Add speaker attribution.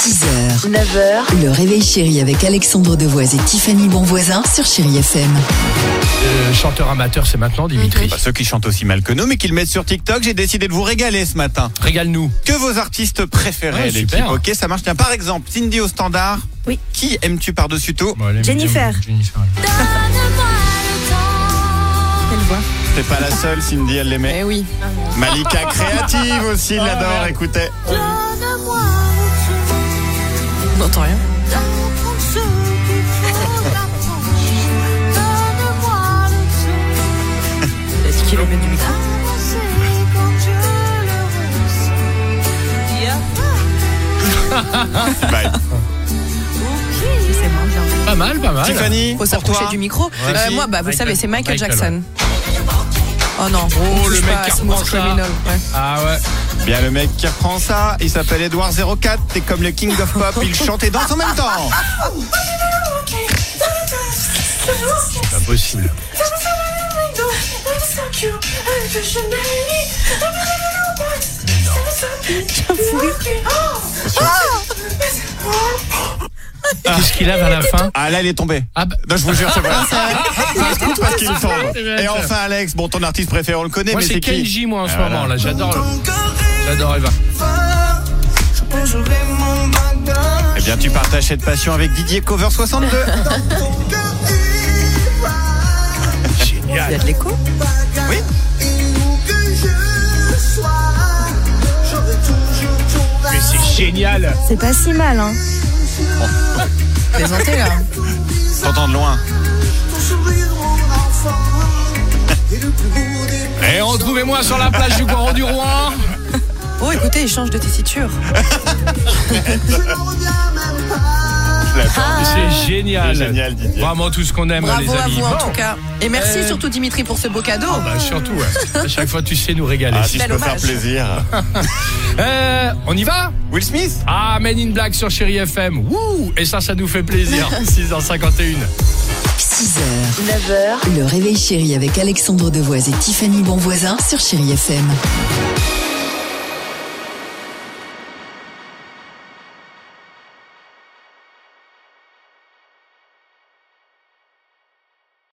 Speaker 1: 6h, 9h, le réveil chéri avec Alexandre Devoise et Tiffany Bonvoisin sur Chéri FM.
Speaker 2: Euh, chanteur amateur, c'est maintenant Dimitri.
Speaker 3: Bah, ceux qui chantent aussi mal que nous, mais qui le mettent sur TikTok, j'ai décidé de vous régaler ce matin.
Speaker 2: Régale-nous.
Speaker 3: Que vos artistes préférés,
Speaker 2: Ouais,
Speaker 3: l'équipe.
Speaker 2: super.
Speaker 3: Ok, ça marche. Tiens, par exemple, Cindy au standard.
Speaker 4: Oui.
Speaker 3: Qui aimes-tu par-dessus tout
Speaker 4: Jennifer.
Speaker 2: Jennifer.
Speaker 3: T'es pas la seule, Cindy, elle l'aimait.
Speaker 5: oui.
Speaker 3: Malika Créative aussi l'adore, écoutez.
Speaker 5: On n'entend rien. Est-ce qu'il est du micro
Speaker 3: Bye.
Speaker 5: C'est moi, bien.
Speaker 2: Pas mal, pas mal.
Speaker 3: Tiffany,
Speaker 5: Faut
Speaker 3: pour toi.
Speaker 5: s'approcher du micro.
Speaker 3: Ouais.
Speaker 5: Euh, moi, bah, vous
Speaker 2: Michael.
Speaker 5: savez, c'est Michael,
Speaker 2: Michael,
Speaker 5: Jackson. Oh non.
Speaker 2: Oh,
Speaker 5: on
Speaker 2: le
Speaker 5: touche
Speaker 2: mec
Speaker 5: pas à
Speaker 2: qui
Speaker 5: Smooth
Speaker 2: reprend ça.
Speaker 5: Criminal, ouais.
Speaker 2: Ah ouais.
Speaker 3: Bien le mec qui reprend ça, il s'appelle Edouard04, t'es comme le King of Pop, il chante et danse en même temps.
Speaker 2: C'est pas possible. Qu'est-ce qu'il a vers la fin
Speaker 3: Ah là, il est tombé.
Speaker 2: Ah bah,
Speaker 3: Non, je vous jure, c'est vrai. Ça se trouve parce qu'il tombe.
Speaker 2: C'est vrai,
Speaker 3: Et
Speaker 2: ça.
Speaker 3: enfin, Alex, bon, ton artiste préféré, on le connaît,
Speaker 2: moi
Speaker 3: mais
Speaker 2: c'est
Speaker 3: c'est qui
Speaker 2: Kenji moi en ce
Speaker 3: Voilà.
Speaker 2: moment là, j'adore. J'adore Eva.
Speaker 3: Eh bien, tu partages cette passion avec Didier Cover 62.
Speaker 2: Eh
Speaker 5: Il y a de l'écho.
Speaker 3: Oui.
Speaker 2: Mais c'est génial.
Speaker 4: C'est pas si mal, hein.
Speaker 5: Plaisantez, là.
Speaker 3: T'entends de loin.
Speaker 2: Et Eh, retrouvez-moi sur la plage du Coran du Rouen.
Speaker 5: Oh, écoutez, il change de tessiture.
Speaker 3: Je l'adore.
Speaker 2: C'est
Speaker 3: Ah. C'est
Speaker 2: génial.
Speaker 3: génial, Didier.
Speaker 2: Vraiment tout ce qu'on aime
Speaker 5: Bravo
Speaker 2: les
Speaker 5: à
Speaker 2: amis.
Speaker 5: vous, en
Speaker 2: Bon.
Speaker 5: tout cas. Et merci
Speaker 2: Euh.
Speaker 5: surtout, Dimitri, pour ce beau cadeau.
Speaker 2: Bah, surtout, ouais. à chaque fois tu sais nous régaler.
Speaker 3: Ah, si je
Speaker 5: Bel
Speaker 3: peux faire
Speaker 5: hommage.
Speaker 3: plaisir.
Speaker 2: Euh, on y va
Speaker 3: Will Smith
Speaker 2: Ah, Men in Black sur Chéri FM. Wouh Et ça, ça nous fait plaisir. 6h51.
Speaker 1: 6h, 9h, le réveil chéri avec Alexandre Devoise et Tiffany Bonvoisin sur Chéri FM.